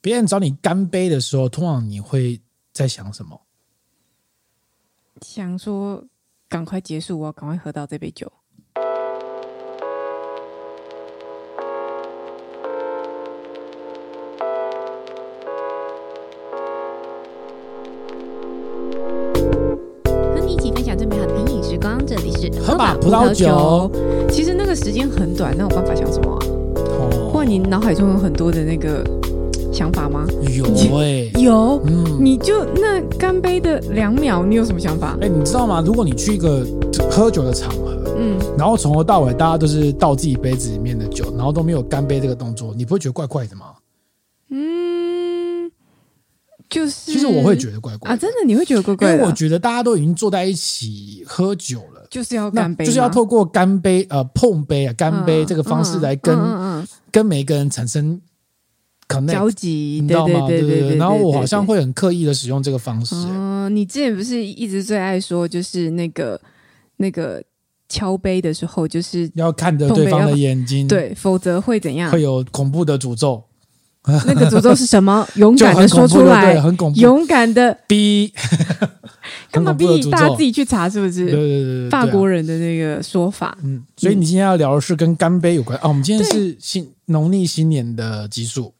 别人找你干杯的时候，通常你会在想什么？想说赶快结束，我要赶快喝到这杯酒。和你一起分享最美好的品饮时光，这里是喝吧葡萄酒。其实那个时间很短，那有办法想什么啊？或哦，者你脑海中有很多的那个嘖想法吗？有哎、有，嗯，你就那干杯的两秒，你有什么想法哎、？你知道吗？如果你去一个喝酒的场合，嗯，然后从头到尾大家都是倒自己杯子里面的酒，然后都没有干杯这个动作，你不会觉得怪怪的吗？嗯，就是，其实我会觉得怪怪啊，的真的你会觉得怪因怪为的，啊我觉得大家都已经坐在一起喝酒了。就是要那干杯嘛，就是要透过干杯、呃碰杯啊、干杯嗯这个方式来跟、嗯嗯嗯跟每个人产生嗯 connect，交集，你知对道对吗？对对对。然后我好像对。会很刻意的使用这个方式、欸哦，你之前不是一直最爱说，就是那个那个敲杯的时候，就是要看着对方的眼睛，，对，啊否则会怎样？嗯会有恐怖的诅咒，那个诅咒是什 么？勇就敢的很说恐怖出的，对，来，很恐怖。勇敢的， 逼，很干嘛恐逼怖的你诅大家咒自。己去查是不对对是？对对，对法国对啊人的那个说法，嗯，所以你今天要聊的是跟干杯有关哦。我们今天是新农历新年的集数，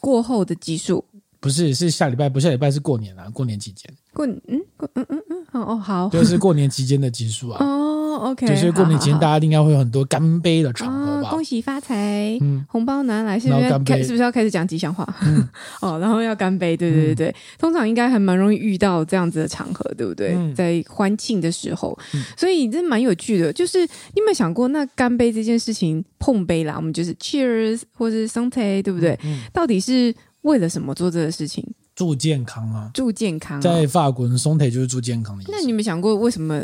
过后的基数。不是是下礼拜，不下礼拜是过年啊，过年期间，过嗯过嗯嗯嗯，好哦好，就是过年期间的集数啊。哦，OK，就是过年期间，好好大家应该会有很多干杯的场好合哦吧恭？喜发财，嗯，红包拿来，是不是然后要干杯开？是不是要开始讲吉祥话？嗯 哦，然后要干杯，对对对对，通常应该还蛮容易遇到这样子的场合，对不对？嗯在欢庆的时候，嗯所以这蛮有趣的。就是你有没有想过，那干杯这件事情，碰杯啦，我们就是 cheers 或是 s a n t e 对不对？嗯到底是为了什么做这个事情？祝健康啊，祝健康、啊，在法国人松腿就是祝健康的意那你思。有没有想过，为什么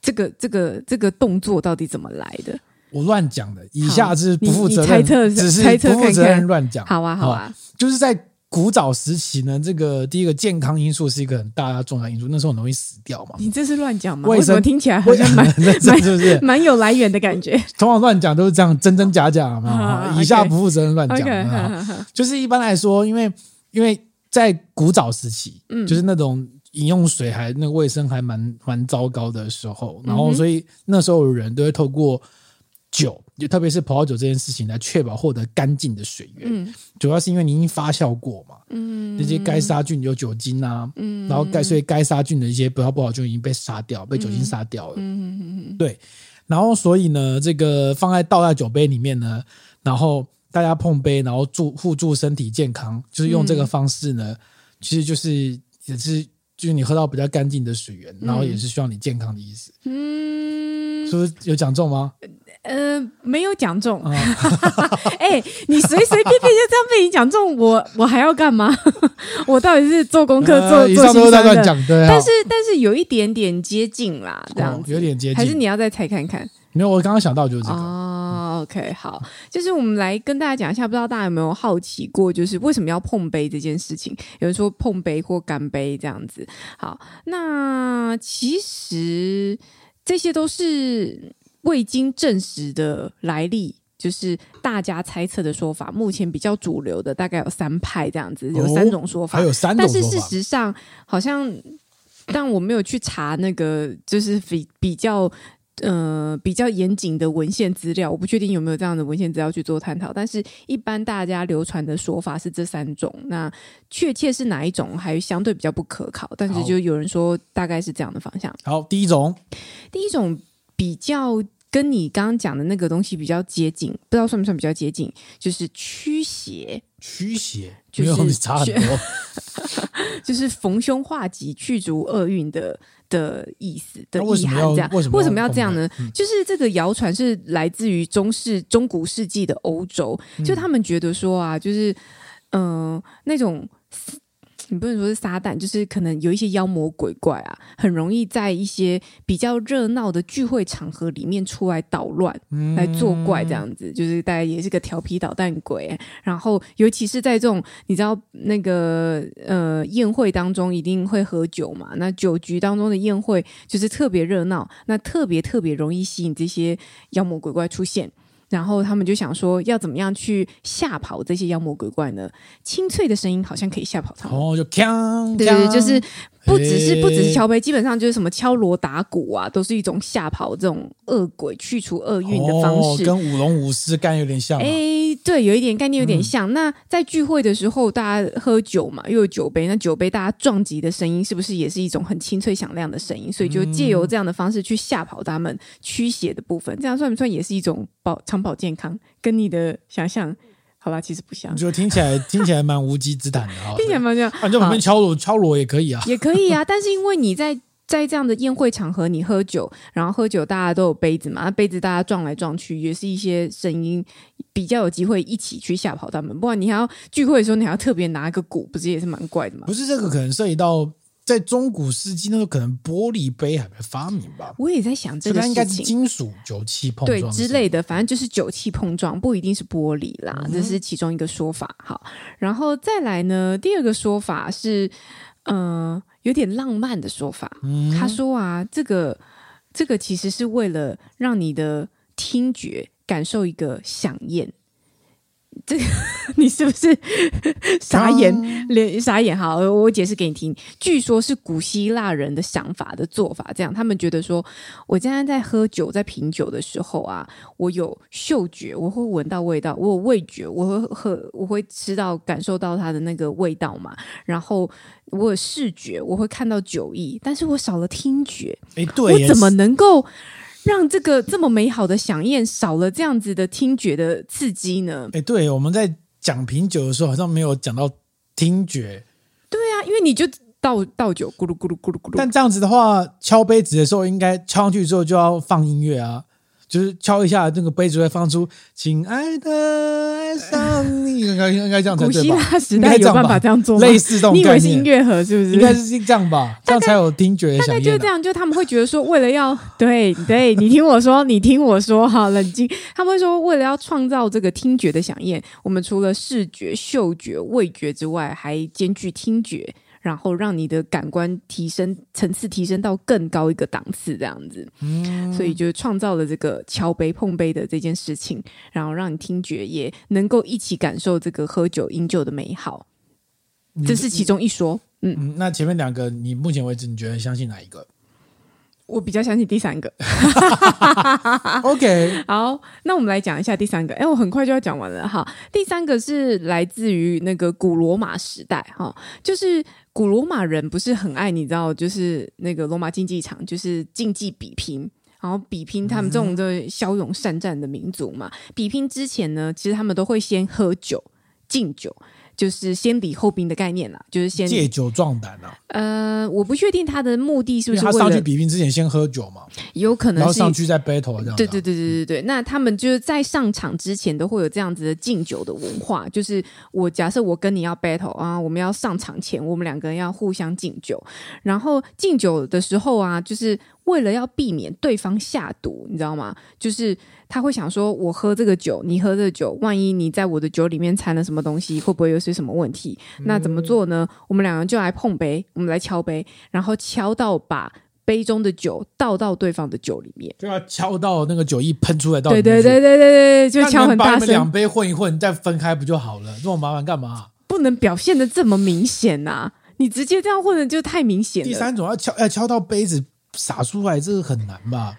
这个这个这个动作到底怎么来的？我乱讲的，以下是不负责你你猜测任，只是猜测看不看负责任乱讲。好啊，好啊，就是在古早时期呢，这个第一个健康因素是一个很大的重要因素，那时候很容易死掉 嘛。你这是乱讲吗？卫为什生么听起来好像 蛮这是不是？蛮有来源的感觉通常乱讲都是这样，真真假假嘛。 啊哈 OK 以下不负责任乱讲？OK，好啊，好好就是一般来说，因为因为在古早时期，嗯就是那种饮用水还那个卫生还蛮蛮糟糕的时候，然嗯后哼所以那时候人都会透过酒，就特别是葡萄酒这件事情来确保获得干净的水源。嗯主要是因为你已经发酵过嘛，嗯，那些该杀菌有酒精啊，嗯，然后该所以该杀菌的一些不要不好菌已经被杀掉，被酒精杀掉了。嗯嗯嗯对，然后所以呢，这个放在倒在酒杯里面呢，然后大家碰杯，然后助互助身体健康，就是用嗯这个方式呢，其实就是也是就是你喝到比较干净的水源，然后也是希望你健康的意思，嗯是不是有讲中吗？呃，没有讲中啊。 哎，你随随便便就这样被你讲中，我我还要干嘛？ 我到底是做功课做呃以做上都心是在酸乱的？讲，对啊，但是但是有一点点接近啦，这样哦子有点接还是近。你要再猜看看？没有，我刚刚想到就是这个，哦，OK，好，就是我们来跟大家讲一下，不知道大家有没有好奇过，就是为什么要碰杯这件事情？有人说碰杯或干杯这样子。好，那其实这些都是未经证实的来历。就是大家猜测的说法，目前比较主流的大概有三派这样子，有三哦种说法。还有三种但是说事法。实上，好像但我没有去查那个，就是比比较呃比较严谨的文献资料，我不确定有没有这样的文献资料去做探讨。但是一般大家流传的说法是这三种，那确切是哪一种还相对比较不可靠，但好是就有人说大概是这样的方向。好，第一种第一种比较跟你刚刚讲的那个东西比较接近，不知道算不算比较接近，就是驱邪。驱邪，就是因为我们差很 多。就是逢凶化吉、去除厄运的的意思的那为意什么涵要，这样为什么要什么要这样呢？碰杯嗯就是这个谣传是来自于中世、中古世纪的欧洲，嗯就他们觉得说啊，就是嗯、呃那种。你不能说是撒旦，就是可能有一些妖魔鬼怪啊，很容易在一些比较热闹的聚会场合里面出来捣乱，嗯来作怪这样子，就是大概也是个调皮捣蛋鬼。然后，尤其是在这种你知道那个呃宴会当中，一定会喝酒嘛，那酒局当中的宴会就是特别热闹，那特别特别容易吸引这些妖魔鬼怪出现。然后他们就想说，要怎么样去吓跑这些妖魔鬼怪呢？清脆的声音好像可以吓跑他们。哦，就哦锵，对对，锵就是不只是嘿不只是敲杯，基本上就是什么敲锣打鼓啊，都是一种吓跑这种恶鬼、去除厄运的方哦式。跟舞龙舞狮干有点像啊嘛。哎，对，有一点概念，有点像。那在聚会的时候，大家喝酒嘛，又有酒杯，那酒杯大家撞击的声音，是不是也是一种很清脆响亮的声音？所以就借由这样的方式去吓跑他们驱邪的部分，这样算不算也是一种保长保健康？跟你的想象，好吧，其实不像，就听起来听起来蛮无稽之谈的啊。并且嘛，这样啊，你在旁边敲锣敲锣也可以 啊。也可以啊。但是因为你在在这样的宴会场合，你喝酒，然后喝酒大家都有杯子嘛，那杯子大家撞来撞去，也是一些声音，比较有机会一起去吓跑他们。不然你还要聚会的时候，你还要特别拿一个鼓，不是也是蛮怪的吗不？是这个可能涉及到在中古世纪那时候，可能玻璃杯还没发明吧，我也在想所这以个它应该事是情。金属酒气碰对撞之类的，嗯反正就是酒气碰撞，不一定是玻璃啦，这是其中一个说法。好，然后再来呢，第二个说法是，嗯、有点浪漫的说法。他说啊，这个这个其实是为了让你的听觉感受一个响宴。这个 你是不是傻眼？连傻眼好，我我解释给你听。据说是古希腊人的想法的做法，这样他们觉得说，我现在在喝酒，在品酒的时候啊，我有嗅觉，我会闻到味道；我有味觉，我会喝，我会吃到、感受到它的那个味道嘛。然后我有视觉，我会看到酒意，但是我少了听觉，哎，我对耶，怎么能够让这个这么美好的飨宴少了这样子的听觉的刺激呢？哎，对，我们在讲品酒的时候好像没有讲到听觉，对啊，因为你就倒倒酒，咕噜咕噜咕噜咕噜。但这样子的话，敲杯子的时候应该敲上去之后就要放音乐啊。就是敲一下那个杯子，会放出“亲爱的，爱上你”，应该应该这样才古对希 吧？腊时应该代这有样吧办法这样做吗？类似这种你以概为是音念，乐盒是不应该是？是这样 吧？这样才有听觉的大概响就应、啊这样，就他们会觉得说，为了要 对对，你听我说，你听我说，好冷静。他们会说，为了要创造这个听觉的响应，我们除了视觉、嗅觉、味觉之外，还兼具听觉，然后让你的感官提升层次，提升到更高一个档次，这样子。所以就创造了这个敲杯碰杯的这件事情，然后让你听觉也能够一起感受这个喝酒饮酒的美好，这是其中一说。嗯，嗯，那前面两个，你目前为止你觉得相信哪一个、我比较相信第三个。啊 o k 好，那我们来讲一下第三个。哎，我很快就要讲完了哈。第三个是来自于那个古罗马时代哈，就是古罗马人不是很爱你知道，就是那个罗马竞技场，就是竞技比拼。然后比拼他们这种的骁勇善战的民族嘛，比拼之前呢，其实他们都会先喝酒敬酒，就是先礼后兵的概念啦，就是先借酒壮胆啊，呃，我不确定他的目的是因不为他是为上去了，比拼之前先喝酒嘛，有可然能后是上去再 battle 这样子啊。对对对对对对，那他们就是在上场之前都会有这样子的敬酒的文化，就是我假设我跟你要 battle 啊，我们要上场前，我们两个人要互相敬酒，然后敬酒的时候啊，就是为了要避免对方下毒，你知道吗？就是他会想说，我喝这个酒，你喝这个酒，万一你在我的酒里面掺了什么东西，会不会有些什么问题？嗯那怎么做呢？我们两个就来碰杯，我们来敲杯，然后敲到把杯中的酒倒到对方的酒里面。就要敲到那个酒一喷出来到对里面对去，对对对对，就那你敲们很把大你们声两，杯混一混，再分开不就好了？这么麻烦干嘛？啊不能表现的这么明显呐、你直接这样混的就太明显了。第三种要敲要敲到杯子洒出来，这个很难吧？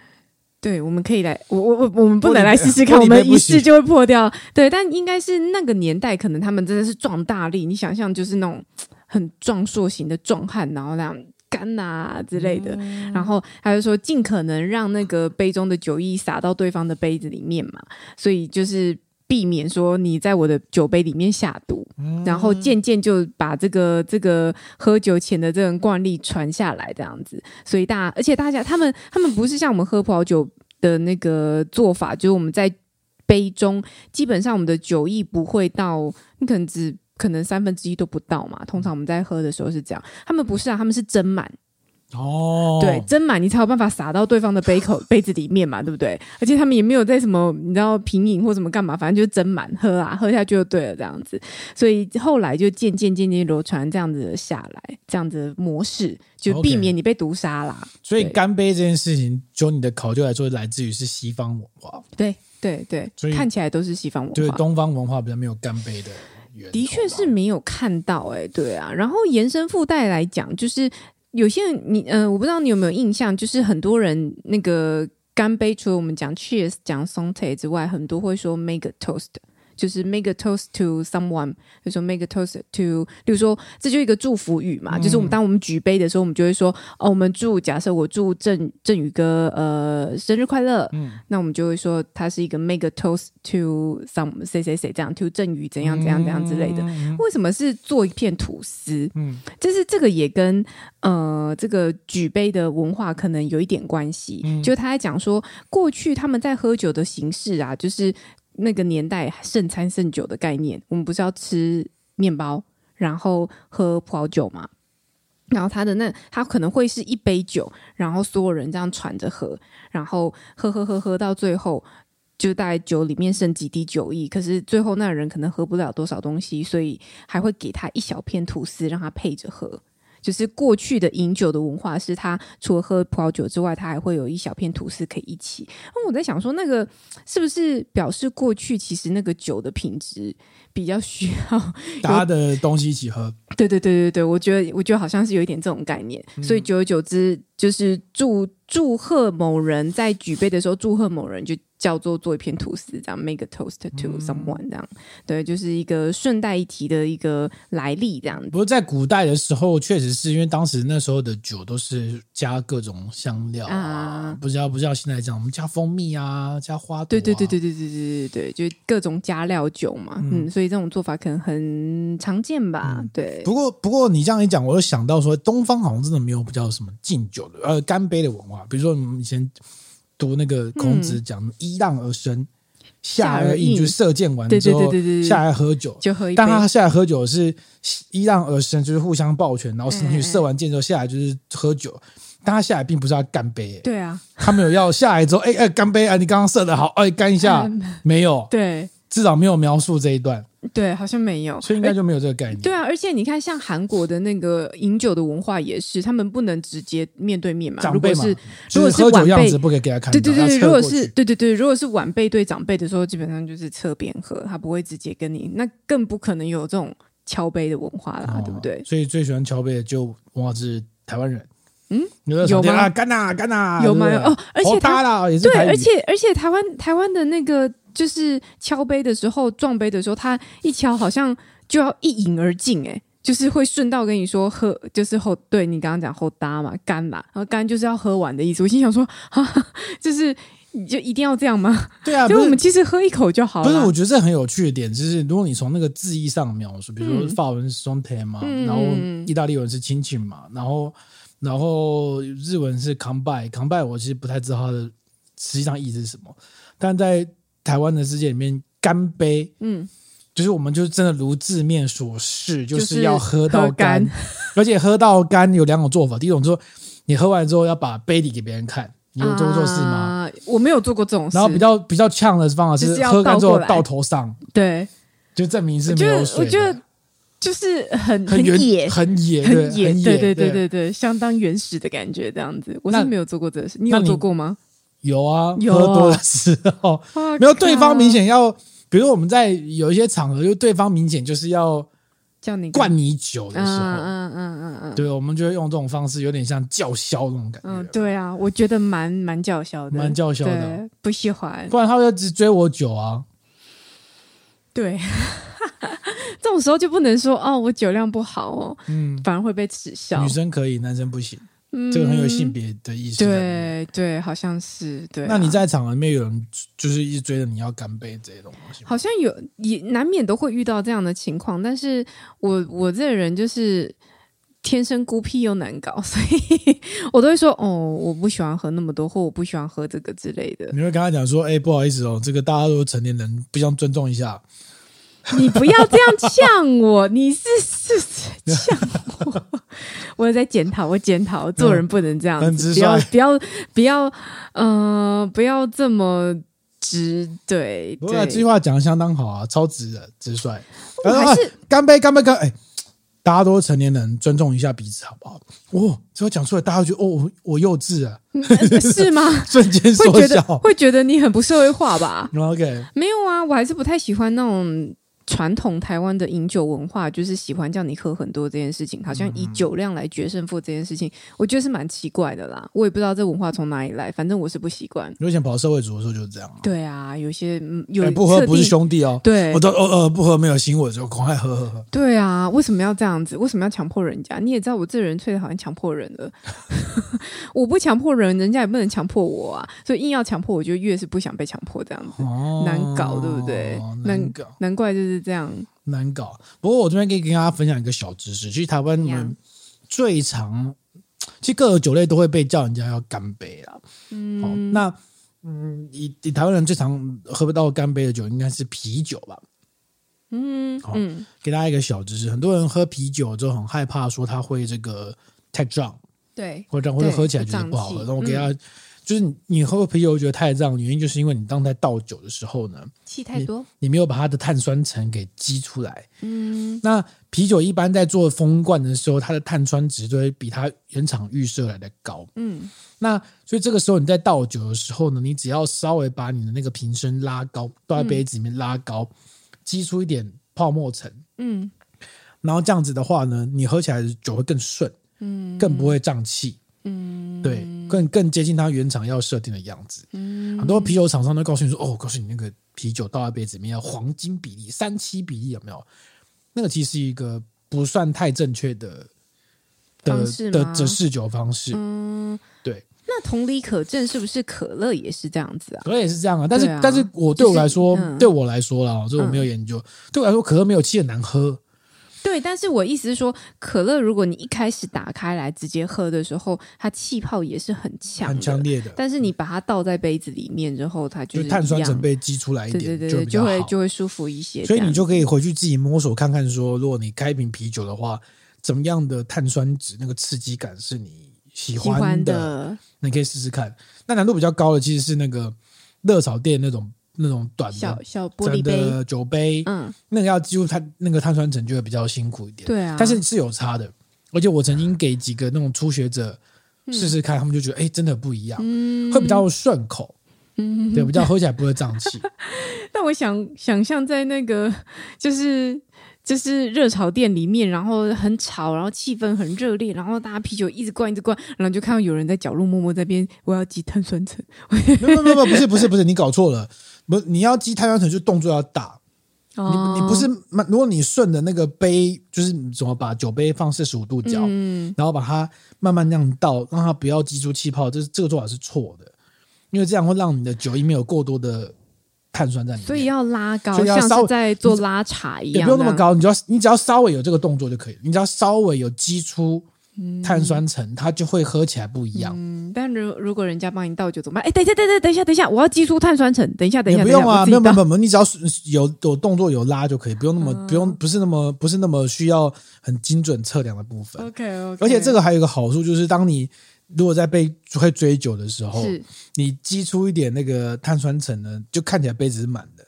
对，我们可以来，我我我我们不能来试试看，玻璃我杯们不一试行就会破掉。对，但应该是那个年代，可能他们真的是壮大力，你想象就是那种很壮硕型的壮汉，然后那样干呐、之类的。嗯然后他就说，尽可能让那个杯中的酒意洒到对方的杯子里面嘛，所以就是。避免说你在我的酒杯里面下毒，嗯然后渐渐就把这个这个喝酒前的这种惯例传下来，这样子。所以大家，而且大家他们他们不是像我们喝葡萄酒的那个做法，就是我们在杯中基本上我们的酒意不会到，你可能只可能三分之一都不到嘛。通常我们在喝的时候是这样，他们不是啊，他们是斟满，哦，对，斟满你才有办法洒到对方的杯口杯子里面嘛，对不对？而且他们也没有在什么你知道品饮或什么干嘛，反正就是斟满喝啊，喝下去就对了这样子。所以后来就渐渐渐渐流传这样子的下来，这样子的模式就避 OK 免你被毒杀啦。所以对干杯这件事情，就你的考究来说，来自于是西方文化。对对对所以，看起来都是西方就文是化。东方文化比较没有干杯的源头吧。的确是没有看到哎、对啊。然后延伸附带来讲，就是有些人你呃，我不知道你有没有印象，就是很多人那个干杯，除了我们讲 cheers、讲 sante 之外，很多会说 make a toast。就是 make a toast to someone，就说 make a toast to，例如说，这就一个祝福语嘛，就是我们当我们举杯的时候，我们就会说，哦，我们祝，假设我祝郑郑宇哥呃生日快乐，那我们就会说他是一个 make a toast to some 谁谁谁这样，to 郑宇怎样怎样怎样之类的，为什么是做一片吐司？嗯嗯，就是这个也跟呃这个举杯的文化可能有一点关系。就他在讲说，过去他们在喝酒的形式啊，就是那个年代剩餐剩酒的概念，我们不是要吃面包，然后喝葡萄酒嘛？然后他的那他可能会是一杯酒，然后所有人这样传着喝，然后喝喝喝喝到最后，就大概酒里面剩几滴酒液，可是最后那人可能喝不了多少东西，所以还会给他一小片吐司让他配着喝。就是过去的饮酒的文化，是他除了喝葡萄酒之外，他还会有一小片吐司可以一起。那我在想说，那个是不是表示过去其实那个酒的品质比较需要大家的东西一起喝，对对对对对，我觉得我觉得好像是有一点这种概念，所以嗯久而久之，就是祝祝贺某人在举杯的时候祝贺某人，就叫做做一片吐司，这样 make a toast 嗯 to someone，这样、对，就是一个顺带一提的一个来历这样子。不过在古代的时候，确实是因为当时那时候的酒都是加各种香料啊啊，嗯不知道不知道现在这样，我们加蜂蜜啊，加花朵、啊，对对对对对对对对对，就各种加料酒嘛，嗯所以这种做法可能很常见吧，嗯对。不过，不过你这样一讲，我又想到说，东方好像真的没有比较什么敬酒的，呃，干杯的文化。比如说，我们以前读那个孔子讲“揖让而生，下而饮”，饮就是射箭完之后对对对对对对下来喝酒。就喝一杯但，他下来喝酒是揖让而生，就是互相抱拳，然后上去嗯嗯射完箭之后下来就是喝酒。但他下来并不是要干杯，对啊，他没有要下来之后，哎哎干杯啊！你刚刚射的好，哎干一下，没有，对至少没有描述这一段，嗯对，好像没有，所以应该就没有这个概念。对啊，而且你看，像韩国的那个饮酒的文化也是，他们不能直接面对面嘛。长如辈果嘛是，就如果是喝酒晚样辈子不可以给他看到。对对要对，侧如果过是去对对对，如果是晚辈对长辈的时候，基本上就是侧边喝，他不会直接跟你，那更不可能有这种敲杯的文化啦，哦啊对不对？所以最喜欢乔贝的就往往是台湾人。嗯，有的常见有吗啊，干呐干呐，有吗对不对哦而且哦他搭啦也是对，台语而且而且台湾台湾的那个就是敲杯的时候，撞杯的时候，他一敲好像就要一饮而尽、欸，就是会顺道跟你说喝，就是后对你刚刚讲后搭嘛，干嘛，然后干就是要喝完的意思。我心想说，哈哈， 就是你就一定要这样吗？对啊，就不我们是其实喝一口就好了。不是，我觉得这很有趣的点就是，如果你从那个字义上描述，比如说嗯法文是 s o n t e 嘛，嗯然后嗯嗯意大利文是亲亲嘛，然后然后日文是 come by，come by 我其实不太知道它的实际上意思是什么，但在台湾的世界里面，干杯嗯，就是我们就是真的如字面所示，就就是要喝到喝干，干 而且喝到干有两种做法。第一种就是你喝完之后要把杯底给别人看，你有做过这种事吗？啊？我没有做过这种事。然后比较比较呛的方法就是是要喝干之后倒过来倒头上，对，就证明是我没觉得有水我的。觉得就是很很原野。很野，对很野，很对对对对。对对，相当原始的感觉，这样子。我那是没有做过这个事，你那有你做过吗？有啊，有喝多的时候，啊没有对方明靠显要，比如我们在有一些场合，就对方明显就是要叫你灌你酒的嗯时候，嗯嗯嗯嗯，对，我们就会用这种方式，有点像叫嚣那种感觉。嗯，对啊，我觉得蛮蛮叫嚣的，蛮叫嚣的对，不喜欢。不然他会只追我酒啊。对， 这种时候就不能说哦，我酒量不好哦，嗯，反而会被耻笑女。生可以，男生不行，嗯这个很有性。别的意识在里面。对对，好像是对啊。那你在场里面有人就是一直追着你要干杯这种东西吗，好像有也难免都会遇到这样的情况，但是我我这人就是天生孤僻又难搞， 所以我都会说哦，我不喜欢喝那么多，或我不喜欢喝这个之类的。 你会跟他讲说：“哎、不好意思哦，这个大家都是成年人，不相尊重一下。你不要这样呛我，你是是是呛我， 我有在检讨，我检讨，做人不能这样嗯很子，直不要率不要不要，呃，不要这么直，对”不过这句对，话讲的相当好啊，超直的直率。我还啊是干杯，干杯，干！哎、大家都是成年人，尊重一下彼此，好不好？哦，这我讲出来，大家就觉得哦，我我幼稚啊， 嗯是吗？瞬间会缩觉得小。会觉得你很不社会化吧？ OK，没有啊，我还是不太喜欢那种传统台湾的饮酒文化，就是喜欢叫你喝很多这件事情，好像以嗯酒量来决胜负这件事情，我觉得是蛮奇怪的啦。我也不知道这文化从哪里来，反正我是不习惯。我以前跑社会组的时候就是这样啊。对啊，有些嗯有、哎不喝不是，兄弟哦。对我都哦呃不喝没有新闻，就赶快喝喝喝。对啊，为什么要这样子？为什么要强迫人家？你也知道我这人最讨厌强迫人了， 我不强迫人，人家也不能强迫我啊，所以硬要强迫，我就越是不想被强迫这样子。哦，难搞对不对难搞，难怪就是这样，难搞。不过我这边可以跟大家分享一个小知识，其实台湾怎样人最常，其实各个酒类都会被叫人家要干杯啦。嗯，好、那嗯，以以台湾人最常喝不到干杯的酒应该是啤酒吧。嗯好嗯。给大家一个小知识，很多人喝啤酒之后很害怕说它会这个太胀，对，或者或者对喝起来会觉得胀不好喝。气嗯那我给大家。就是你你喝啤酒觉得太胀，原因就是因为你当在倒酒的时候呢，气太多，你没有把它的碳酸层给激出来，嗯，那啤酒一般在做封罐的时候，它的碳酸值都会比它原厂预设来的高。嗯，那所以这个时候你在倒酒的时候呢，你只要稍微把你的那个瓶身拉高，倒在杯子里面拉高，激出一点泡沫层，嗯，然后这样子的话呢，你喝起来的酒会更顺，嗯，更不会胀气，嗯，对，更更接近它原厂要设定的样子。嗯，很多啤酒厂商都告诉你说，哦，我告诉你那个啤酒倒在杯子里面要黄金比例三七比例有没有？那个其实是一个不算太正确的方的式的吗的试酒方式，嗯，对。那同理可证，是不是可乐也是这样子啊？可乐也是这样啊，但是、对啊但是我对就我是来说，嗯对我来说啦，哦这我没有研究。对我来说，可乐没有气很难喝，对，但是我意思是说，可乐如果你一开始打开来直接喝的时候，它气泡也是很强很的，强烈的，但是你把它倒在杯子里面之后，它就就是碳酸一样成被激出来一对对点，对就对，比较就会好。就会舒服一些这所以样。你就可以回去自己摸索看看说，如果你开一瓶啤酒的话，怎么样的碳酸值那个刺激感是你喜喜欢的，欢的，你可以试试看。那难度比较高的其实是那个热炒店那种那种短小的小玻短璃杯，的酒杯，嗯，那个要记住它那个碳酸层就会比较辛苦一点。、对啊，但是是有差的。而且我曾经给几个那种初学者试试看，他们就觉得哎、诶真的不一样，嗯会比较顺口，对，比较喝起来不会胀气。但我想想象在那个 就是就是热炒店里面，然后很吵，然后气氛很热烈，然后大家啤酒一直灌一直灌，然后就看到有人在角落默默在那边，我要挤碳酸层没有没有没有，不是不是不是，你搞错了。不，你要击太阳层就动作要大，哦你你不是慢如果你顺着那个杯，就是你怎么把酒杯放四十五度角，嗯然后把它慢慢那样倒，让它不要激出气泡，这是这个做法是错的，因为这样会让你的酒里面有过多的碳酸在里面，所以要拉高，所以要像稍微是在做拉茶一也样，不用那么这样。高，你只要你只要稍微有这个动作就可以了，你只要稍微有激出碳酸层，它就会喝起来不一样。嗯但如如果人家帮你倒酒怎么办？哎，等一下，等一下，等一下，等一下，我要激出碳酸层，等一下，等一也下，不等一下用啊，我自没己有没有倒嗯没有，你只要是有有动作有拉就可以，不用那么、不用不是那么不是那么需要很精准测量的部分。 OK OK，而且这个还有一个好处就是，当你如果在被会追酒的时候，是你激出一点那个碳酸层呢，就看起来杯子是满的，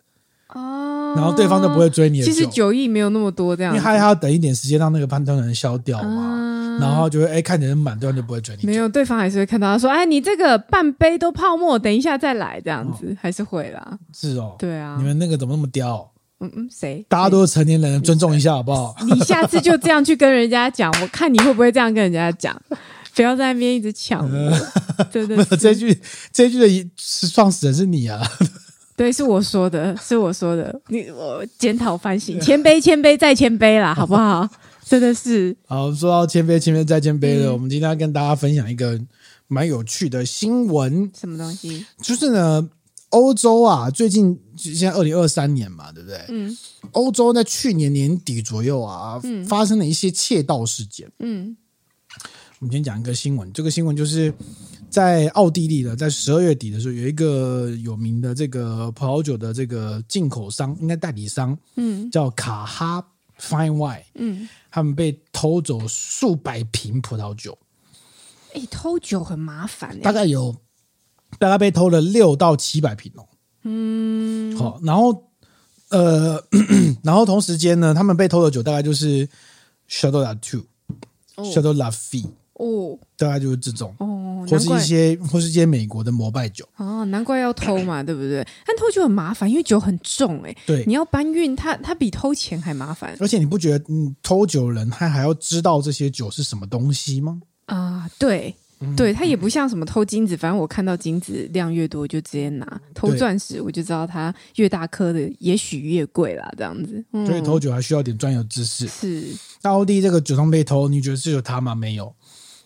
哦，然后对方就不会追你的其实酒，酒意没有那么多这因样为子，他还要等一点时间让那个碳酸层消掉嘛，啊然后就会哎、看起来是满，对方就不会追你酒。没有，对方还是会看到他说：“哎，你这个半杯都泡沫，等一下再来。”这样子、还是会啦。是哦，对啊你，们那个怎么那么刁、嗯嗯，谁？大家都是成年人，尊重一下好不好？谁你下次就这样去跟人家讲，我看你会不会这样跟人家讲， 不要在那边一直抢 我，真呃没的有 这是。句这句的创始人是你啊。对，是我说的，是我说的，你我检讨反 省，谦卑，谦卑再谦卑啦，好不好？真的是，好，说到谦卑，谦卑再谦嗯卑了。我们今天要跟大家分享一个蛮有趣的新闻，什么东西？就是呢，欧洲啊，最近现在二零二三年嘛，对不对？嗯欧洲在去年年底左右啊，发生了一些窃盗事件。嗯我们先讲一个新闻，这个新闻就是在奥地利的，在十二月底的时候，有一个有名的这个葡萄酒的这个进口商，应该代理商嗯叫卡哈 Fine Wine，嗯，他们被偷走数百瓶葡萄酒。哎、偷酒很麻烦、欸，大概有大概被偷了六到七百瓶哦。嗯， 好，然后呃，然后同时间呢，他们被偷的酒大概就是 shadow la two、哦 shadow la fi，哦大概就是这种，哦，或难是怪一些或是一些美国的膜拜酒，哦，难怪要偷嘛，对不对？但偷酒很麻烦，因为酒很重哎、对你。要搬运它，它比偷钱还麻烦而且你不觉得，嗯，偷酒人他还要知道这些酒是什么东西吗？啊！对，嗯对，它也不像什么偷金子，反正我看到金子量越多，我就直接拿。偷对钻石，我就知道它越大颗的，也许越贵啦，这样子。嗯，所以偷酒还需要点专有知识。是那奥地利这个酒庄被偷，你觉得是有他吗？没有。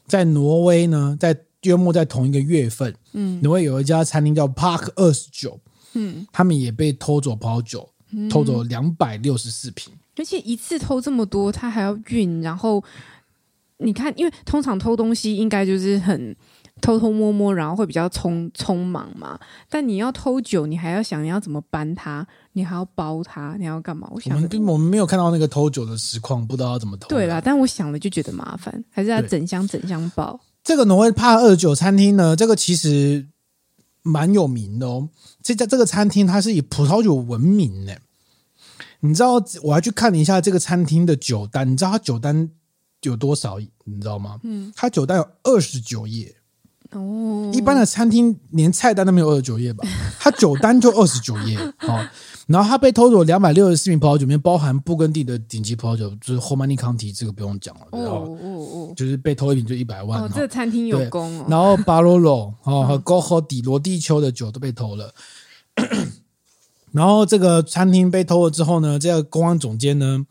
在挪威呢，在约莫在同一个月份，嗯，挪威有一家餐厅叫 Park 二十九，嗯，他们也被偷走葡萄酒，偷走两百六十四瓶。而且一次偷这么多，他还要运，然后你看，因为通常偷东西应该就是很偷偷摸摸，然后会比较匆匆忙嘛。但你要偷酒，你还要想你要怎么搬它，你还要包它，你还要干嘛？我我想们，并我们没有看到那个偷酒的实况，不知道要怎么偷。对啦，，但我想了就觉得麻烦，还是要对整箱整箱包。这个挪威帕二九餐厅呢，这个其实蛮有名的哦。这家这个餐厅它是以葡萄酒闻名呢。你知道，我还去看了一下这个餐厅的酒单，你知道它酒单有多少？你知道吗？嗯，它酒单有二十九页。哦，一般的餐厅连菜单都没有二十九页吧？嗯它酒单就二十九 页哦。然后它被偷走两百六十四瓶葡萄酒，里面包含布根地的顶级葡萄酒，就是 h o m a n i County，这个不用讲了，哦知道吧？哦哦就是被偷一瓶就一百哦，万。哦哦，这餐厅有对功哦，然后巴罗罗哦和 g o h o 底罗地丘的酒都被偷了。 然后这个餐厅被偷了之后呢，这个公安总监呢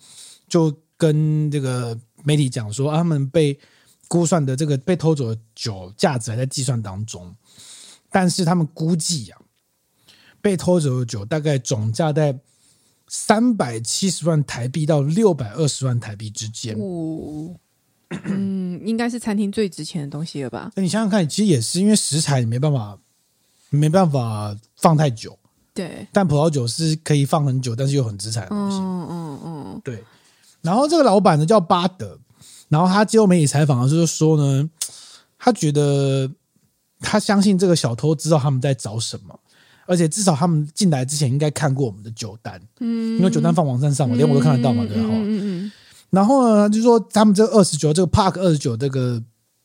就跟这个媒体讲说，啊他们被估算的这个被偷走的酒价值还在计算当中，但是他们估计啊，被偷走的酒大概总价在三百七十万台币到六百二十万台币之间。哦，嗯，应该是餐厅最值钱的东西了吧？那你想想看，其实也是因为食材你没办法，没办法放太久，对，但葡萄酒是可以放很久，但是又很值钱的东西。嗯嗯嗯，对，然后这个老板呢叫巴德，然后他接受媒体采访的时候就说呢，他觉得他相信这个小偷知道他们在找什么。而且至少他们进来之前应该看过我们的酒单，嗯，因为酒单放网站上嘛，连我都看得到嘛，对吧？嗯嗯嗯。然后呢，就说他们这二十九这个 Park 二十九这个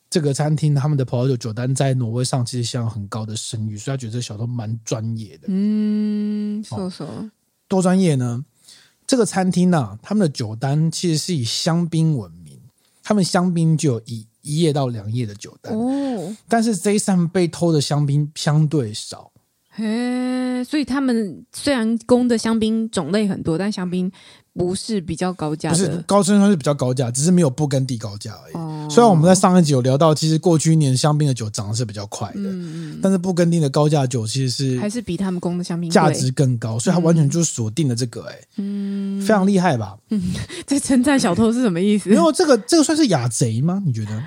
这个餐厅，他们的葡萄酒酒单在挪威上其实享有很高的声誉，所以他觉得这小偷蛮专业的。嗯，说说，多专业呢？这个餐厅呢、他们的酒单其实是以香槟闻名，他们香槟就有一一页到两页的酒单，哦，但是这一扇被偷的香槟相对少。嘿，所以他们虽然供的香槟种类很多，但香槟不是比较高价不是的。高升算是比较高价，只是没有布根地高价而已。哦虽然我们在上一集有聊到，其实过去一年香槟的酒涨的是比较快的，嗯但是布根地的高价酒其实是还是比他们供的香槟贵价值。更高，所以他完嗯全就是锁定了这个、欸，嗯，非常厉害吧？这称赞小偷是什么意思没？有这个，这个算是雅贼吗？你觉得？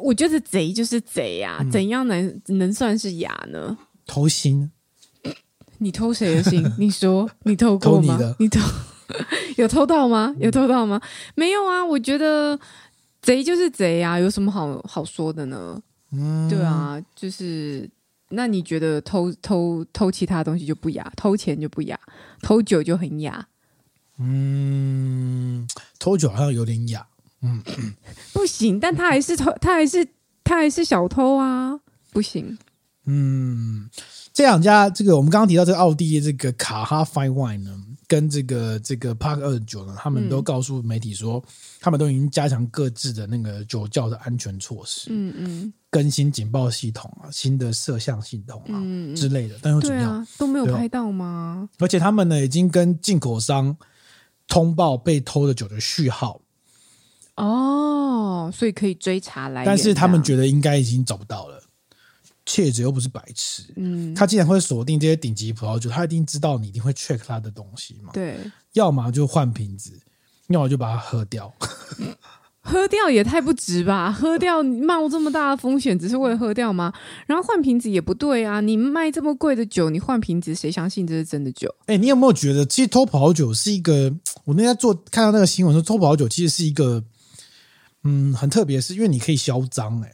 我觉得贼就是贼呀、怎样能能算是雅呢？偷心你偷谁的 心？你说你偷过偷你吗？的嗯偷 有偷到吗？有偷到吗？没有啊，我觉得贼就是贼啊，有什么好好说的呢？嗯，对啊，就是那你觉得偷偷偷其他东西就不雅，偷钱就不雅，偷酒就很雅，偷酒好像有点雅，不行。但他还 是偷，他还是他还是小偷啊，不行。这两家这个我们刚刚提到这个奥地利这个卡哈 Fine Wine 呢，跟这个这个 Park 二九呢，他们都告诉媒体说，嗯他们都已经加强各自的那个酒窖的安全措施，嗯嗯更新警报系统啊，新的摄像系统啊、嗯，之类的，但又怎对么样？啊，都没有对啊拍到吗？而且他们呢已经跟进口商通报被偷的酒的序号，哦，所以可以追查来源这样。但是他们觉得应该已经找不到了。窃者又不是白痴，嗯，他既然会锁定这些顶级葡萄酒，他一定知道你一定会 check 他的东西嘛。对。要么就换瓶子，要么就把它喝掉。 喝掉也太不值吧！喝掉你冒这么大的风险，只是为了喝掉吗？然后换瓶子也不对啊！你卖这么贵的酒，你换瓶子，谁相信这是真的酒？哎、你有没有觉得，其实偷葡萄酒是一个？我那天做看到那个新闻说，偷葡萄酒其实是一个，嗯，很欸特别，是因为你可以销赃哎、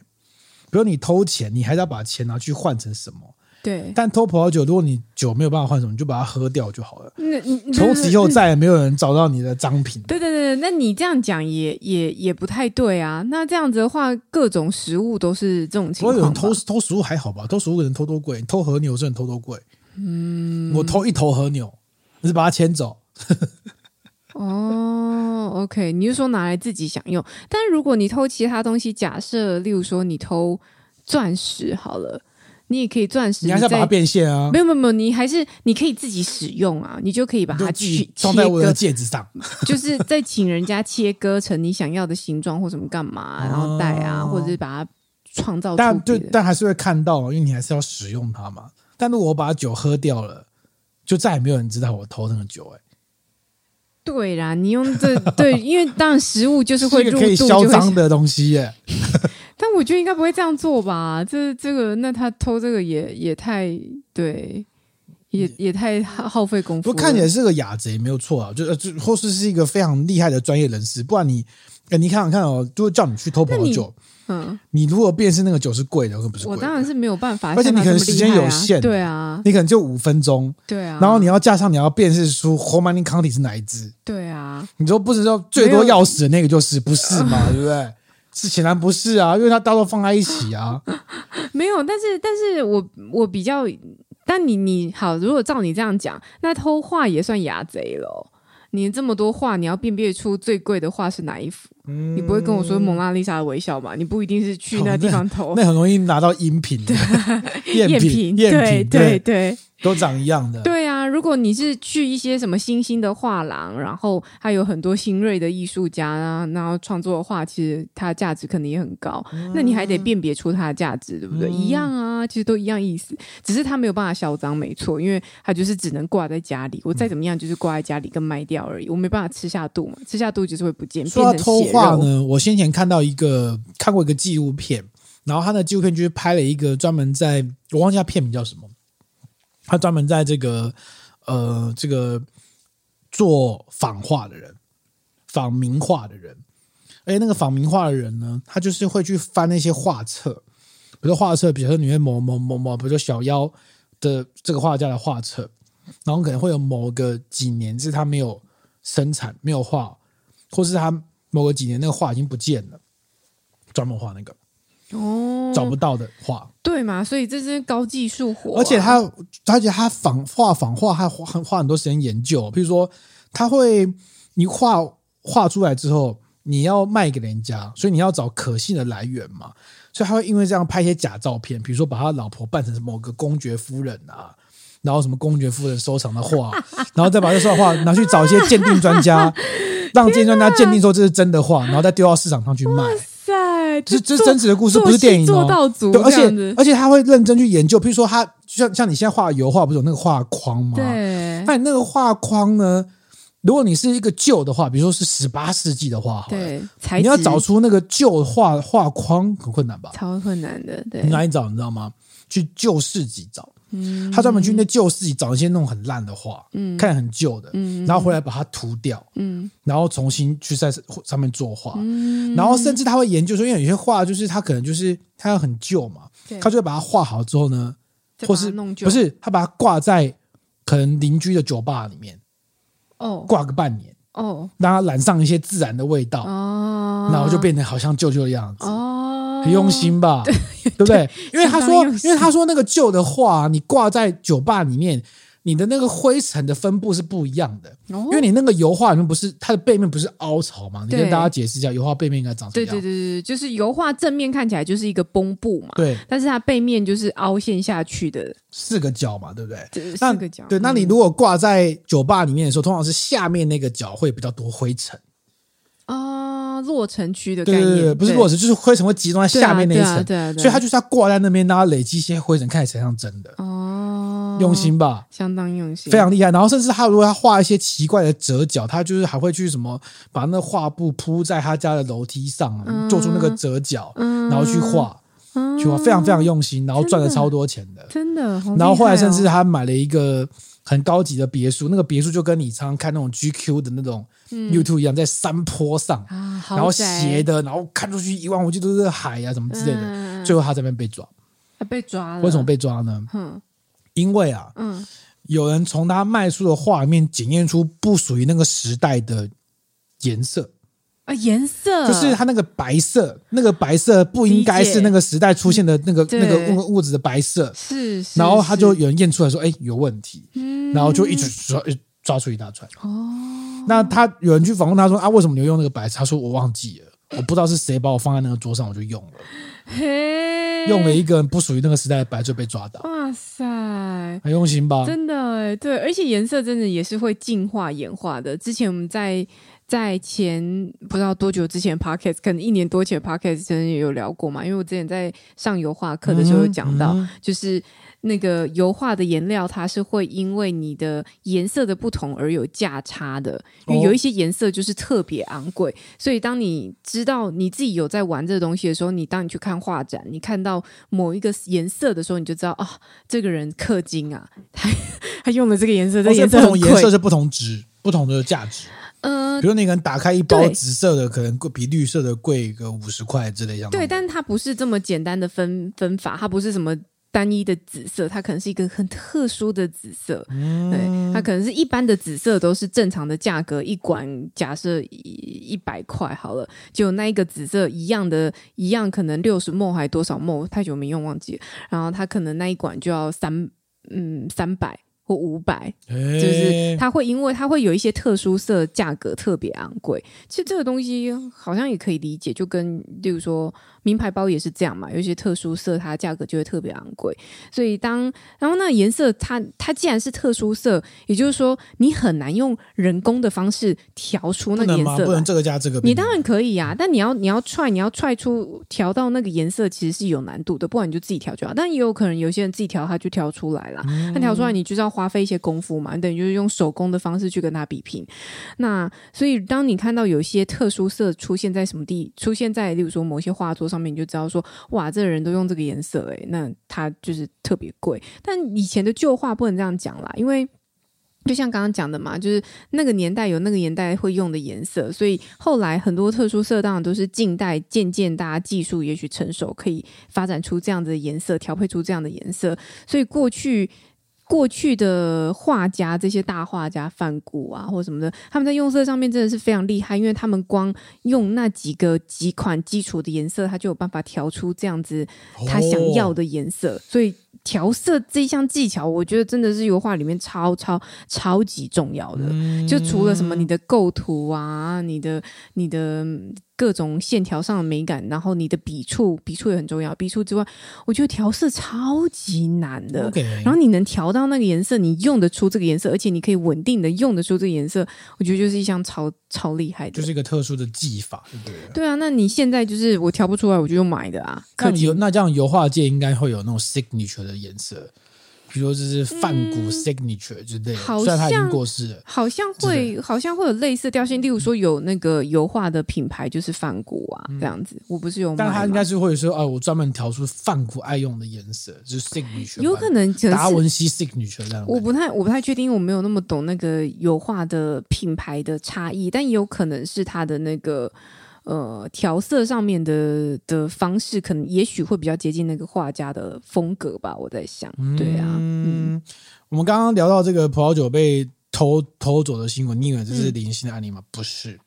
比如你偷钱，你还是要把钱拿去换成什么？对，但偷葡萄酒，如果你酒没有办法换手，你就把它喝掉就好了。那你从此以后再也没有人找到你的赃品。对对对，对那你这样讲也也也不太对啊。那这样子的话，各种食物都是这种情不过况有吧。人偷偷食物还好吧？偷食物可能偷多贵，偷和牛真的偷多贵。嗯，我偷一头和牛，你是把它牵走，哦，OK，你是说拿来自己享用？但如果你偷其他东西，假设例如说你偷钻石好了，你也可以钻石你还是要把它在变现啊没。有没有没有，你还是你可以自己使用啊，你就可以把你就它自己去装切在我的 割，戒指上， 就是再请人家切割成你想要的形状或什么干嘛，然后戴啊，哦或者是把它创造出但别就的。但还是会看到嘛，因为你还是要使用它嘛。但如果我把酒喝掉了，就再也没有人知道我偷那个酒、欸，对啦，你用 这对，因为当然食物就是是会一入个可以肚销就会赃的东西耶、但我觉得应该不会这样做吧？这这个，那他偷这个也也太对，也也太耗耗费功不夫过了。看起来是个雅贼，没有错啊，就呃就或是是一个非常厉害的专业人士，不然你，呃、你看想看哦，就叫你去偷葡那萄你酒，嗯，你你如果辨识那个酒是贵的，可不是贵我的当然是没有办法而且像你他可这么厉害能啊，时间有限对啊，你可能就五分钟，对啊，然后你要加上你要辨识出 h o m a n i County 是哪一支，对啊，你就不知道最多要死的那个就是不是 嘛，对不对？是显然不是啊，因为它大多放在一起 啊。没有，但是但是我我比较，但你你好，如果照你这样讲，那偷画也算牙贼喽。你这么多画，你要辨别出最贵的画是哪一幅？嗯你不会跟我说蒙娜丽莎的微笑吧？你不一定是去那地方偷 那很容易拿到音频、 赝品，赝对品，对，对。都长一样的。对啊，如果你是去一些什么新兴的画廊，然后它有很多新锐的艺术家啊，然后创作的画，其实它价值肯定也很高。那你还得辨别出它的价值，对不对？一样啊，其实都一样意思，只是它没有办法销赃，没错，因为它就是只能挂在家里。我再怎么样，就是挂在家里跟卖掉而已，我没办法吃下肚嘛，吃下肚就是会不见，说到变成偷血画肉？呢，我先前看到一个看过一个纪录片，然后他的纪录片就是拍了一个专门在我忘记他片名叫什么，他专门在这个呃这个做仿画的人，仿名画的人，而且那个仿名画的人呢，他就是会去翻那些画册，比如说画册，比如说里面某某某某，比如说小妖的这个画家的画册，然后可能会有某个几年是他没有生产、没有画，或是他某个几年那个画已经不见了，专门画那个哦，找不到的画，对嘛，所以这是高技术活啊、而且他，而且他仿画仿画，他花花很多时间研究，譬如说他会你画画出来之后。你要卖给人家，所以你要找可信的来源嘛，所以他会因为这样拍一些假照片，比如说把他老婆扮成某个公爵夫人啊，然后什么公爵夫人收藏的画，啊然后再把这幅画拿去找一些鉴定专家，让鉴定专家鉴定说这是真的画，然后再丢到市场上去卖。塞，这就这做真实的故事，做不是电戏影做哦。到足对，而这样子且而且他会认真去研究，比如说他就像像你现在画油画，不是有那个画框吗？。对那你那个画框呢？如果你是一个旧的画，比如说是十八世纪的画好了，对，材你要质找出那个旧画画框很困难吧？超困难的，对你，哪里找你知道吗？去旧市集找，嗯他专门去那旧市集找一些那种很烂的画，嗯看起来很旧的，嗯然后回来把它涂掉，嗯然后重新去在上面作画。嗯，然后甚至他会研究说，因为有些画就是他可能就是他很旧嘛，对他就会把它画好之后呢，再把或它是弄旧不是他把它挂在可能邻居的酒吧里面哦挂个半年，哦让它染上一些自然的味道，哦，然后就变成好像旧旧的样子，哦，很用，心吧？ 对不对？因为他相说当用，心因为他说那个旧的画，你挂在酒吧里面，你的那个灰尘的分布是不一样的。哦因为你那个油画里面不是它的背面不是凹槽嘛？你对跟大家解释一下，油画背面应该长什么对样？对对对，就是油画正面看起来就是一个绷布嘛，对但是它背面就是凹陷下去的四个角嘛，对不对？这那四个角，嗯对，那你如果挂在酒吧里面的时候，通常是下面那个角会比较多灰尘。啊落城区的概对对对念，对，不是对落，石，就是灰尘会集中在对啊下面那一对啊层，对啊，对啊所以它就是要挂在那边，让它累积一些灰尘，看起来才像真的。哦用，心吧，相当用心，非常厉害。然后甚至他如果要画一些奇怪的折角，他就是还会去什么把那画布铺在他家的楼梯上，啊嗯做出那个折角，嗯，然后去画，嗯，去画，非常非常用心，然后赚了真的超多钱的。真的，好然后厉后来害甚至哦他买了一个很高级的别墅，那个别墅就跟你常常看那种 GQ 的那种 YouTube 一样，在山坡上，啊，然后嗯豪宅斜的，然后看出去一望无际都是海啊什么之类的。嗯最后他这边被抓，他被抓了，为什么？被抓呢？哼，因为啊，嗯，有人从他卖出的画面检验出不属于那个时代的颜色，啊，颜色就是它那个白色，那个白色不应该是那个时代出现的那个嗯对那个物物质的白色，是，是然后他就是有人验出来说，哎，有问题，嗯然后就一直抓抓出一大串。哦，那他有人去访问他说啊，为什么你会用那个白色？他说我忘记了，我不知道是谁把我放在那个桌上，我就用了，嘿，用了一个不属于那个时代的白就被抓到，哇塞，很用心吧？嗯真的哎，对，而且颜色真的也是会进化演化的。之前我们在在前不知道多久之前 p o c k e t 可能一年多前 p o c k e t 真的也有聊过嘛，因为我之前在上油画课的时候有讲到，嗯嗯就是那个油画的颜料，它是会因为你的颜色的不同而有价差的。因为哦有一些颜色就是特别昂贵，所以当你知道你自己有在玩这个东西的时候，你当你去看画展，你看到某一个颜色的时候，你就知道啊、这个人氪金啊， 他他用了这个颜色，这而个且颜哦不色同很颜贵色。是不同值、不同的价值。嗯、比如你可能打开一包对紫色的，可能贵比绿色的贵个五十块之类，像对，但它不是这么简单的分分法，它不是什么单一的紫色，它可能是一个很特殊的紫色。对，它可能是一般的紫色都是正常的价格，一管假设一一百块好了，就那一个紫色一样的，一样可能六十梦还多少梦，太久没用忘记了。然后它可能那一管就要三嗯三百或五百，就就是它会因为它会有一些特殊色，价格特别昂贵。其实这个东西好像也可以理解，就跟例如说名牌包也是这样嘛，有一些特殊色它价格就会特别昂贵。所以当然后那个颜色它它既然是特殊色，也就是说你很难用人工的方式调不出那个能颜吗？色不来能。这个加这个比吗，你当然可以呀、但你要你要踹，你要踹出调到那个颜色，其实是有难度的。不然你就自己调就好，但也有可能有些人自己调，他就调出来了。那调出来，你就是要花费一些功夫嘛，你等于就是用手工的方式去跟他比拼。那所以，当你看到有一些特殊色出现在什么地，出现在例如说某些画作上面，你就知道说，哇，这个人都用这个颜色、欸，诶，那他就是特别贵。但以前的旧画不能这样讲啦，因为。就像刚刚讲的嘛，就是那个年代有那个年代会用的颜色，所以后来很多特殊色当然都是近代渐渐大家技术也许成熟，可以发展出这样子的颜色，调配出这样的颜色。所以过去过去的画家，这些大画家梵谷啊或什么的，他们在用色上面真的是非常厉害，因为他们光用那几个几款基础的颜色，他就有办法调出这样子哦他想要的的颜色，所以调色这项技巧，我觉得真的是油画里面超超超级重要的。嗯就除了什么你的构图啊，你的你的嗯各种线条上的美感，然后你的笔触，笔触也很重要。笔触之外，我觉得调色超级难的。哦 OK，然后你能调到那个颜色，你用得出这个颜色，而且你可以稳定的用得出这个颜色，我觉得就是一项超超厉害的。就是一个特殊的技法，对不对？对啊，那你现在就是我调不出来，我就用买的啊。那氪金有那这样油画界应该会有那种 signature 的颜色，比如就是梵谷 signature 之类的，嗯好虽然他已经像过世了。好像之会，好像会有类似调性，例如说有那个油画的品牌就是梵谷啊，这样子。我不是有买嗯吗，但他应该是会说，哦、我专门调出梵谷爱用的颜色，就是 signature，有可能，可达能是文西 signature 这样的感觉。我不太我不太确定，我没有那么懂那个油画的品牌的差异，但也有可能是它的那个呃调色上面的的方式，可能也许会比较接近那个画家的风格吧。我在想，对啊，嗯，嗯，我们刚刚聊到这个葡萄酒被偷偷走的新闻，你以为这是零星的案例吗？不是。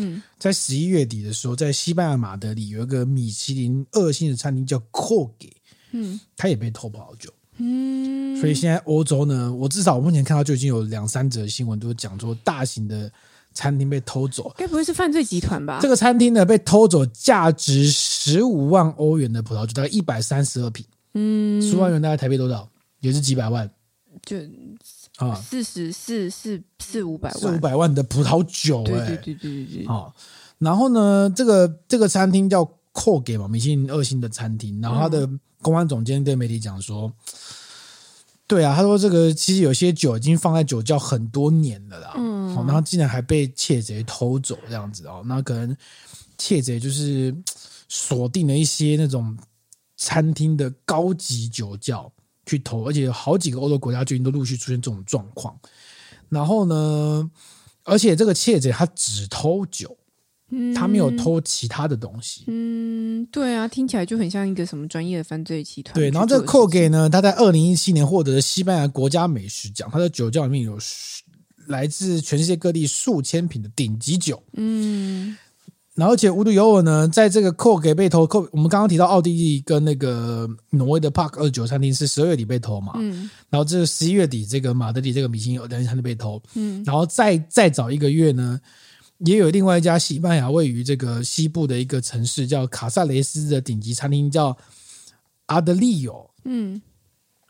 嗯，在十一月底的时候，在西班牙马德里有一个米其林二星的餐厅叫 c o g e 嗯，它也被偷葡萄酒。嗯所以现在欧洲呢，我至少我目前看到就已经有两三则新闻都讲说大型的餐厅被偷走。该不会是犯罪集团吧？这个餐厅呢被偷走价值十五万欧元的葡萄酒，大概一百三十二瓶，嗯，十万元大概台币多少？也是几百万就啊。四十四四四五百万，四五百万的葡萄酒、对哎，对对对对对，哦，然后呢，这个这个餐厅叫扣给嘛，米其林二星的餐厅，然后他的公关总监对媒体讲说，对啊，他说这个其实有些酒已经放在酒窖很多年了啦，嗯哦，然后竟然还被窃贼偷走这样子哦，那可能窃贼就是嘖锁定了一些那种餐厅的高级酒窖去偷，而且有好几个欧洲国家最近都陆续出现这种状况，然后呢，而且这个窃贼他只偷酒，他没有偷其他的东西。嗯，对啊，听起来就很像一个什么专业的犯罪集团去对，然做的事情。后这个寇给呢，他在二零一七年获得了西班牙国家美食奖，他的酒窖里面有数来自全世界各地数千瓶的顶级酒。嗯，然后，而且无独有偶呢，在这个寇给被偷，寇我们刚刚提到奥地利跟那个挪威的 Park 二九餐厅是十二月底被偷嘛，嗯然后这十一月底这个马德里这个米其林餐厅被偷，嗯然后再再早一个月呢，也有另外一家西班牙位于这个西部的一个城市叫卡萨雷斯的顶级餐厅叫阿德利友嗯，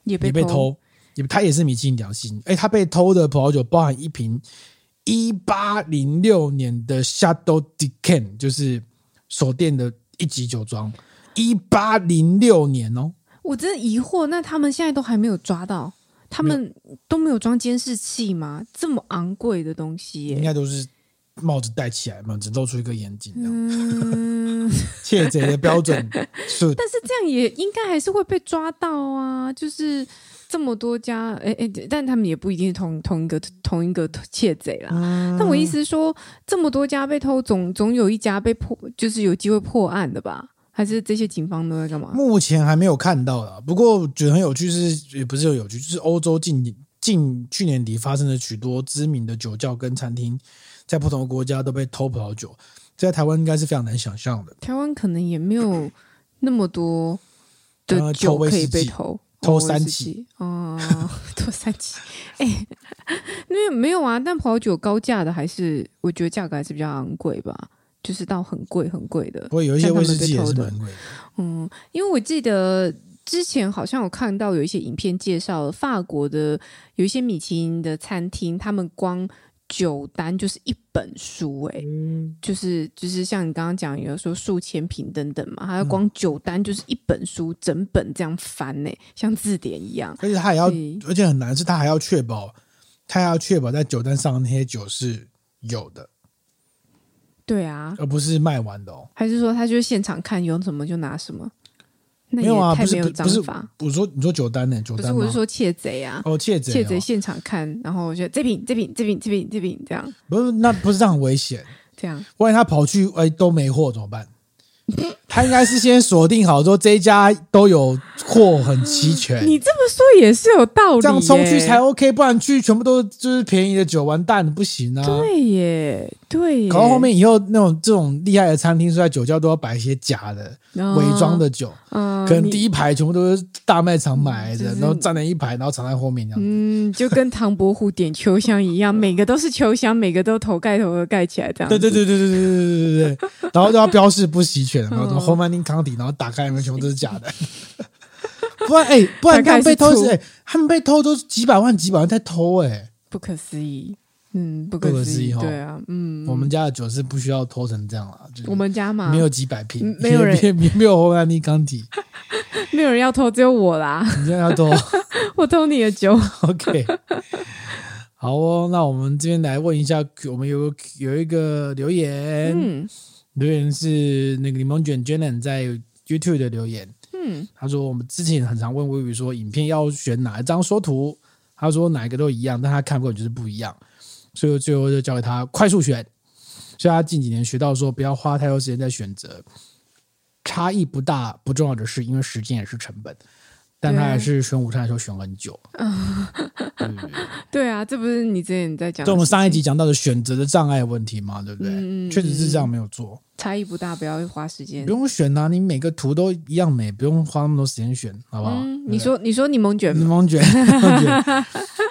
也被也被偷，也它也是米其林良心，哎，它被偷的葡萄酒包含一瓶一八零六年的 Shadow Decan，就是手电的一级酒庄，一八零六年哦，我真的疑惑，那他们现在都还没有抓到，他们都没有装监视器吗？这么昂贵的东西应耶，该都是帽子戴起来嘛，只露出一个眼睛这样，嗯，窃贼的标 准是但是这样也应该还是会被抓到啊，就是。这么多家，哎、哎、但他们也不一定是同同一个同一个窃贼啦。啊但我意思是说，这么多家被偷，总总有一家被破，就是有机会破案的吧？还是这些警方都在干嘛？目前还没有看到啦，不过觉得很有趣是，也不是很有趣，就是欧洲近近去年底发生了许多知名的酒窖跟餐厅，在不同的国家都被偷葡萄酒，这在台湾应该是非常难想象的。台湾可能也没有那么多的呃酒偷威可以士被忌偷，偷哦威三士级忌哦， 偷三级，哎、 因为没有啊，但葡萄酒高价的还是我觉得价格还是比较昂贵吧，就是到很贵很贵的不。过有一些威士忌也像他是们被偷的蛮贵的，嗯，因为我记得之前好像有看到有一些影片介绍了法国的有一些米其林的餐厅，他们光酒单就是一本书、哎、嗯就是就是像你刚刚讲，有说数千瓶等等嘛，嗯它光酒单就是一本书，整本这样翻、哎，像字典一样。而且他还要所，以而且很难是，他还要确保，他还要确保在酒单上那些酒是有的，对啊，而不是卖完的哦。还是说他就是现场看有什么就拿什么？那没有啊也太不是没有不章是法。我说，你说酒单呢、酒不单是，吗我是说窃贼啊，哦，窃贼、哦，窃贼现场看，然后我觉得这瓶这瓶这瓶这瓶这瓶这样不是，那不是这样很危险。这样。万一他跑去哎都没货怎么办？ 他应该是先锁定好说这一家都有货很齐全，你这么说也是有道理耶，哎这样冲去才 OK，不然去全部都就是便宜的酒，完蛋不行啊！对耶，对耶。搞到后面以后那种这种厉害的餐厅，说在酒窖都要摆一些假的、嗯伪装，的酒，嗯可能你嗯第一排全部都是大卖场买的，就是然后站了一排，然后藏在后面这样。嗯，就跟唐伯虎点秋香一样，每个都是秋香，每个都头盖头的盖起来这样。对对，对对对对对对对对，然后都要标示不齐全，然后什么嗯 home running county，然后打开里面全部都是假的。 不然哎、不然他大概们是被偷醋是哎、他们被偷都是几百万几百万在偷哎、不可思议，嗯，不不可可思思议议，齁对啊，嗯，我们家的酒是不需要偷成这样啦，就是我们家嘛，没有几百瓶嗯，没有人也没也没有 home running county，没有人要偷，只有我啦，你这样要偷我偷你的酒， OK。好哦，那我们这边来问一下，我们有有一个留言，嗯留言是那个柠檬卷卷卷在 YouTube 的留言，嗯，他说我们之前很常问微微说影片要选哪一张缩图，他说哪一个都一样，但他看过就是不一样，所以我最后就交给他快速选。所以他近几年学到说不要花太多时间在选择，差异不大不重要的是因为时间也是成本，但他对啊还是选午餐的时候选很久。嗯， 对啊，这不是你之前在讲的事情，这我们上一集讲到的选择的障碍问题嘛，对不对？嗯嗯确实是这样，没有做，差异不大，不要花时间不。用选啊，你每个图都一样美，不用花那么多时间选，好不好？嗯，对你说你说柠檬卷 吗柠檬 卷，柠檬卷。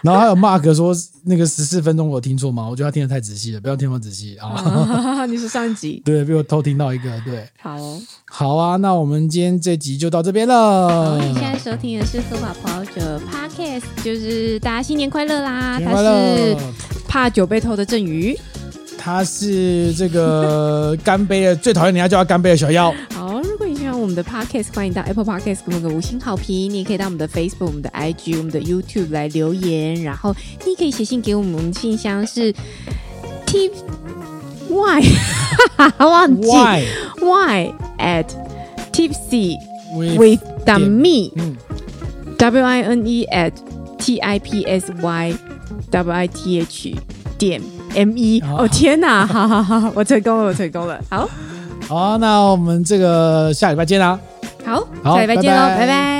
然后还有 Mark 说那个十四分钟我听错吗？我觉得他听得太仔细了，不要听我仔细啊。啊，你说上一集 对，被我偷听到一个。对，好哦、好啊，那我们今天这集就到这边了。你现在收听的是《合法跑者 Podcast》，就是大家新年快乐啦！新年他快是乐！怕酒被偷的郑宇。他是这个干杯的最讨厌人家叫他干杯的小 妖。好，如果你喜欢我们的 Podcast，欢迎到 Apple Podcast 给我们个五星好评。你也可以到我们的 Facebook、我们的 IG、我们的 YouTube 来留言，然后你也可以写信给我们，我们信箱是 t y 忘记 Why y at tipsy we with the 点 me。嗯 w i n e at t i p s y w i t h 点 M 一，哦哦天哪，好好好，我成功了，我成功了，好好啊，那我们这个下礼拜见啦。好，好下礼拜见喽，拜拜拜拜